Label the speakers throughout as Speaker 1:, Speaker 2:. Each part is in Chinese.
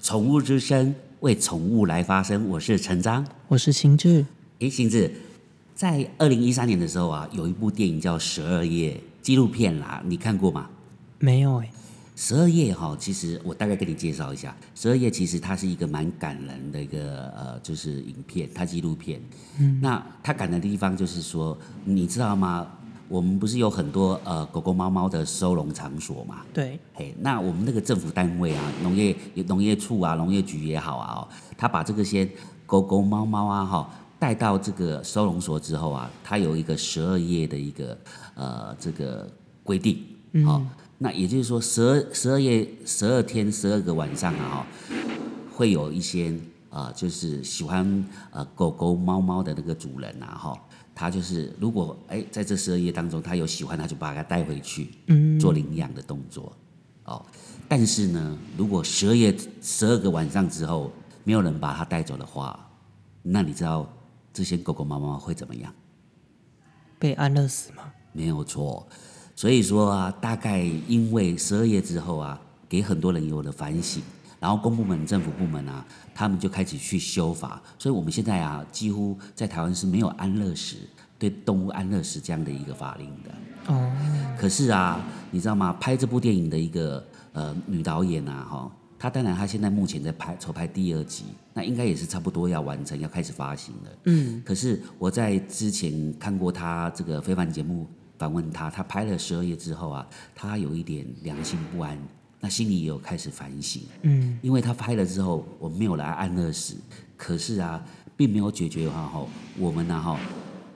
Speaker 1: 宠物之声为宠物来发声，我是陈章。
Speaker 2: 我是秦志，
Speaker 1: 诶，行子，在二零一三年的时候啊，有一部电影叫《十二夜》纪录片啦，你看过吗？
Speaker 2: 没有
Speaker 1: 欸
Speaker 2: 哎、
Speaker 1: 十二夜哈，其实我大概跟你介绍一下，十二夜其实它是一个蛮感人的一个呃，就是影片，它纪录片。嗯，那它感人的地方就是说，你知道吗？我们不是有很多呃狗狗猫猫的收容场所嘛？
Speaker 2: 对，
Speaker 1: 嘿，哎那我们那个政府单位啊，农业农业处啊，农业局也好啊，哦，他把这个些狗狗、猫猫啊，哈、带到这个收容所之后啊，它有一个十二页的一个呃这个规定，好、那也就是说十二十二夜十二天十二个晚上啊，哦会有一些呃，就是喜欢呃狗狗、猫猫的那个主人啊，哈、他就是如果哎在这十二夜当中他有喜欢，他就把它带回去，嗯，做领养的动作，哦，但是呢，如果十二夜十二个晚上之后没有人把它带走的话，那你知道这些狗狗、猫猫会怎么样？
Speaker 2: 被安乐死吗？
Speaker 1: 没有错。所以说啊，大概因为十二夜之后啊，给很多人有了反省，然后公部门、政府部门啊，他们就开始去修法。所以我们现在啊，几乎在台湾是没有安乐死对动物安乐死这样的一个法令的。
Speaker 2: 哦，
Speaker 1: 可是啊，你知道吗？拍这部电影的一个呃女导演啊，哈、她当然她现在目前在拍筹拍第二集，那应该也是差不多要完成，要开始发行了。
Speaker 2: 嗯，
Speaker 1: 可是我在之前看过她这个非凡节目访问她，她拍了十二页之后啊，她有一点良心不安，那心里也有开始反省。
Speaker 2: 嗯，
Speaker 1: 因为他拍了之后，我们没有来安乐死，可是啊，并没有解决哈哈，我们呢、啊、哈，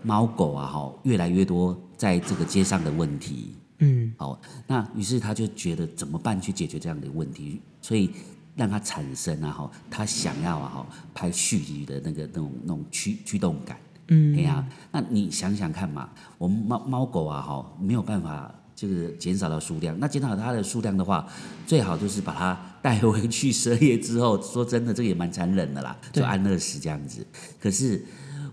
Speaker 1: 猫狗啊哈，越来越多在这个街上的问题。
Speaker 2: 嗯，
Speaker 1: 好，那于是他就觉得怎么办去解决这样的问题，所以让他产生啊哈，他想要啊哈拍续集的那个那种那种驱驱动感。
Speaker 2: 嗯
Speaker 1: 哎呀、那你想想看嘛，我们猫猫狗啊，哈，没有办法就是减少到数量。那减少它的数量的话，最好就是把它带回去 蛇夜之后。说真的，这个也蛮残忍的啦，
Speaker 2: 对
Speaker 1: 就安乐死这样子。可是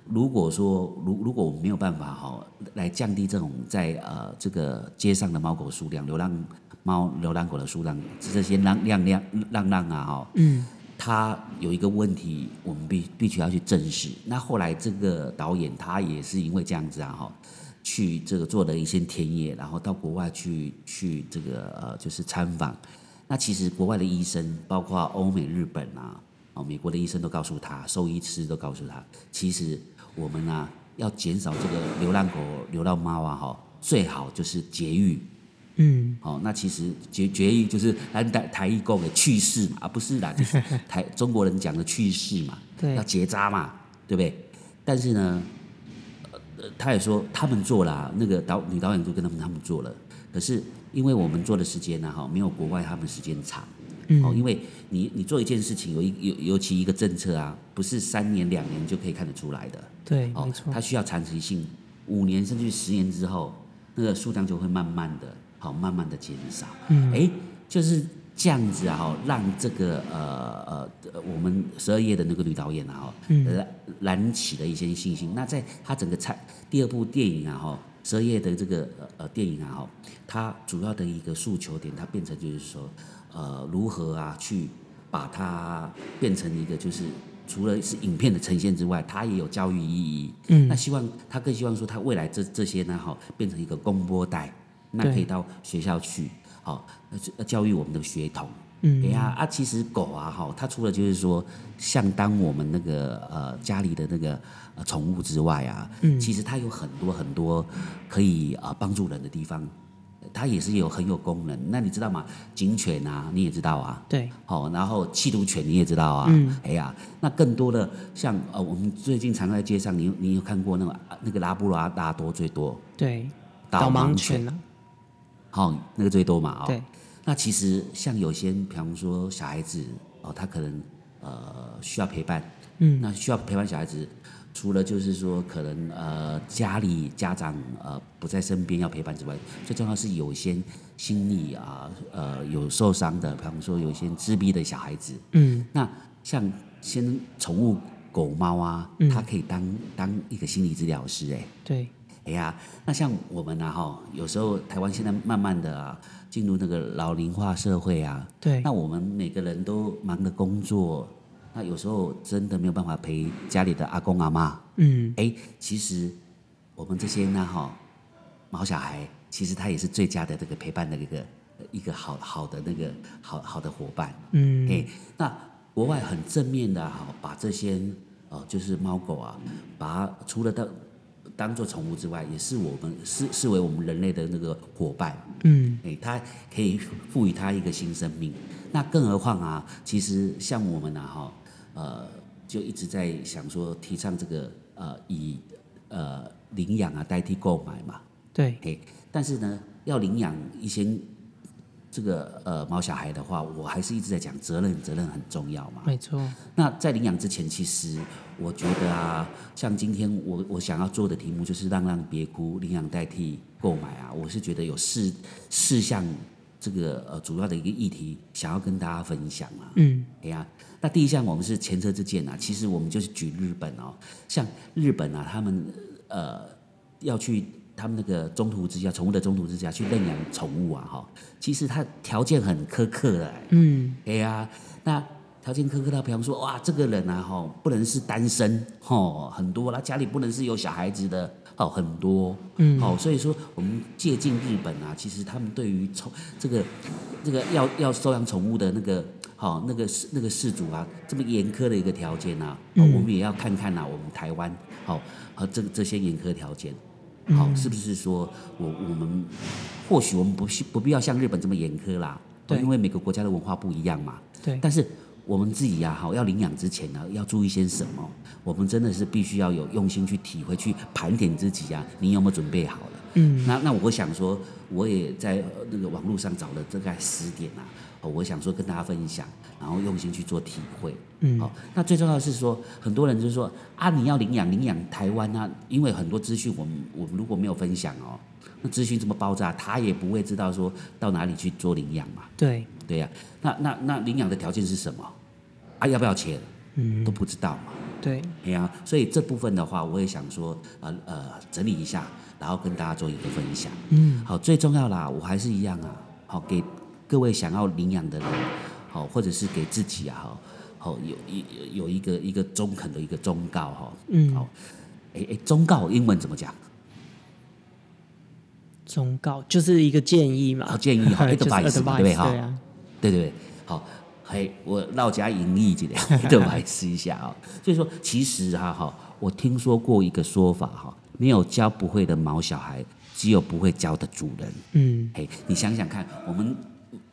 Speaker 1: 如果说如如果我们没有办法哈、来降低这种在呃这个街上的猫狗数量，流浪猫、流浪狗的数量，这些浪浪浪浪浪啊哈、
Speaker 2: 嗯，
Speaker 1: 他有一个问题，我们必必须要去正视。那后来这个导演他也是因为这样子啊，哈，去这个做了一些田野，然后到国外去去这个呃就是参访。那其实国外的医生，包括欧美、日本啊，哦美国的医生都告诉他，兽医师都告诉他，其实我们啊要减少这个流浪狗、流浪猫啊，哈，最好就是节育。
Speaker 2: 嗯，
Speaker 1: 哦，那其实绝绝育就是咱台台语讲的去世嘛，啊不是啦，就是 台中国人讲的去世嘛，
Speaker 2: 对
Speaker 1: 要结扎嘛，对不对？但是呢，呃，呃他也说他们做了啊、那个导女导演就跟他们他们做了，可是因为我们做的时间呢，哈，没有国外他们时间长，
Speaker 2: 嗯
Speaker 1: 哦，因为你你做一件事情有一尤尤其一个政策啊，不是三年两年就可以看得出来的，
Speaker 2: 对，
Speaker 1: 哦
Speaker 2: 没，错
Speaker 1: 它，需要长期性，五年甚至十年之后，那个数量就会慢慢的，好、慢慢的减少。嗯，哎，就是这样子啊，好让这个呃呃呃，我们十二页的那个女导演啊，哈、燃燃起了一些信心。那在她整个参第二部电影啊，哈、十二页的这个呃呃电影啊，哈，它主要的一个诉求点，它变成就是说，呃，如何啊去把它变成一个就是除了是影片的呈现之外，它也有教育意义。嗯，那希望他更希望说，他未来这这些呢，哈，变成一个公播带，那
Speaker 2: 对
Speaker 1: 可以到学校去，好、呃呃教育我们的血统。哎
Speaker 2: 嗯，
Speaker 1: 呀啊，其实狗啊，哈，它除了就是说，像当我们那个呃家里的那个呃宠物之外啊，嗯，其实它有很多很多可以啊、呃帮助人的地方，它也是有很有功能。那你知道吗？警犬啊，你也知道啊，
Speaker 2: 对，
Speaker 1: 哦，然后缉毒犬你也知道啊，哎呀，那更多的像呃，我们最近常在街上，你有你有看过那个啊那个拉布拉拉多最多，
Speaker 2: 对，
Speaker 1: 导
Speaker 2: 导
Speaker 1: 盲
Speaker 2: 盲
Speaker 1: 犬
Speaker 2: 犬啊，
Speaker 1: 好、哦，那个最多嘛，哦，
Speaker 2: 对，
Speaker 1: 那其实像有些，比方说小孩子哦，他可能呃需要陪伴，嗯，那需要陪伴小孩子，除了就是说可能呃家里家长呃不在身边要陪伴之外，最重要是有一些心理啊呃有受伤的，比方说有一些自闭的小孩子，
Speaker 2: 嗯，
Speaker 1: 那像先宠物狗猫啊，它可以当当一个心理治疗师哎、
Speaker 2: 对，
Speaker 1: 哎、哎呀，那像我们啊哈，有时候台湾现在慢慢的啊进入那个老龄化社会啊，
Speaker 2: 对
Speaker 1: 那，我们每个人都忙着工作，那有时候真的没有办法陪家里的阿公阿妈。
Speaker 2: 嗯，
Speaker 1: 哎，其实我们这些呢哈毛小孩，其实他也是最佳的这个陪伴的一个一个好好的那个好好的伙伴。
Speaker 2: 嗯，
Speaker 1: 哎、那国外很正面的哈、把这些呃，就是猫狗啊，把它除了当当做宠物之外，也是我们视视为我们人类的那个伙伴。
Speaker 2: 嗯，
Speaker 1: 哎、它可以赋予它一个新生命。那更何况啊，其实像我们啊哈，呃，就一直在想说提倡这个呃以呃领养啊代替购买嘛。
Speaker 2: 对，
Speaker 1: 嘿，但是呢，要领养一些这个呃毛小孩的话，我还是一直在讲责任，责任很重要嘛。
Speaker 2: 没错，
Speaker 1: 那在领养之前，其实我觉得啊，像今天我我想要做的题目就是让让别哭，领养代替购买啊，我是觉得有四四项这个呃主要的一个议题，想要跟大家分享啊。
Speaker 2: 嗯，
Speaker 1: 哎呀，那第一项我们是前车之鉴啊，其实我们就是举日本哦，像日本啊，他们呃要去他们那个中途之家宠物的中途之家去认养宠物啊，哈，其实它条件很苛刻的、哎
Speaker 2: 嗯，
Speaker 1: 哎呀，那条件苛刻到，比方说，哇，这个人啊，哈，不能是单身，吼，很多，他家里不能是有小孩子的，哦，很多，
Speaker 2: 嗯
Speaker 1: 好、所以说我们借鉴日本啊，其实他们对于宠这个这个要要收养宠物的那个。好、那个事那个事主啊，这么严苛的一个条件啊，哦
Speaker 2: 嗯
Speaker 1: 我们也要看看呐、啊，我们台湾好和、这这些严苛条件，
Speaker 2: 嗯
Speaker 1: 好、是不是说我我们或许我们不需不必要像日本这么严苛啦，
Speaker 2: 对
Speaker 1: 因为每个国家的文化不一样嘛。
Speaker 2: 对，
Speaker 1: 但是我们自己呀、好要领养之前呢，要注意些什么？我们真的是必须要有用心去体会、去盘点自己呀、啊你有没有准备好了？
Speaker 2: 嗯，
Speaker 1: 那那我想说，我也在呃那个网络上找了大概十点啊，哦我想说跟大家分享，然后用心去做体会。
Speaker 2: 嗯
Speaker 1: 好、那最重要的是说，很多人就是说啊，你要领养领养台湾啊，因为很多资讯我们我们如果没有分享哦，那资讯这么爆炸，他也不会知道说到哪里去做领养嘛。
Speaker 2: 对，
Speaker 1: 对呀、那那那领养的条件是什么？啊，要不要钱
Speaker 2: 嗯
Speaker 1: 都，不知道嘛。
Speaker 2: 对，
Speaker 1: 哎呀、所以这部分的话，我也想说，呃呃，整理一下，然后跟大家做一个分享。
Speaker 2: 嗯，
Speaker 1: 好，最重要啦，我还是一样啊，好给各位想要领养的人，好或者是给自己啊，好好有一有一个一个中肯的一个忠告哈。
Speaker 2: 嗯
Speaker 1: 好，哎哎，忠告英文怎么讲？
Speaker 2: 忠告就是一个建议嘛
Speaker 1: 啊，，建议哈
Speaker 2: 就是
Speaker 1: ，advice 嘛对不对
Speaker 2: advice，
Speaker 1: 哈？
Speaker 2: 对啊，
Speaker 1: 对对对，好，嘿，我绕家盈利这点，这我还试一下 啊、所以说，其实哈、哈，我听说过一个说法哈、没有教不会的毛小孩，只有不会教的主人。
Speaker 2: 嗯，
Speaker 1: 嘿，哎你想想看，我们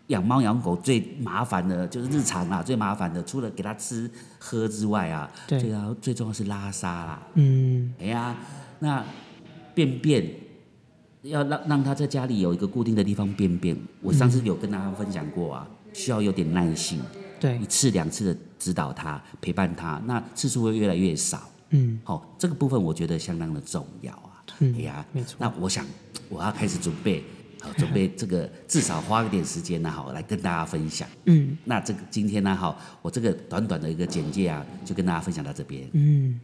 Speaker 1: 养猫养狗最麻烦的就是日常啦，最麻烦的除了给它吃喝之外啊，
Speaker 2: 对
Speaker 1: 最要最重要是拉撒啦。
Speaker 2: 嗯，
Speaker 1: 哎呀，那便便要让让他在家里有一个固定的地方便便。我上次有跟大家分享过啊，需要有点耐性，
Speaker 2: 对
Speaker 1: 一，次两次的指导他，陪伴他，那次数会越来越少。
Speaker 2: 嗯，
Speaker 1: 好、这个部分我觉得相当的重要啊。
Speaker 2: 嗯
Speaker 1: 哎呀，
Speaker 2: 没错
Speaker 1: 那我想我要开始准备， 好准备这个至少花一点时间呢，好来跟大家分享。
Speaker 2: 嗯，
Speaker 1: 那这个今天呢，好，我这个短短的一个简介啊，就跟大家分享到这边。
Speaker 2: 嗯。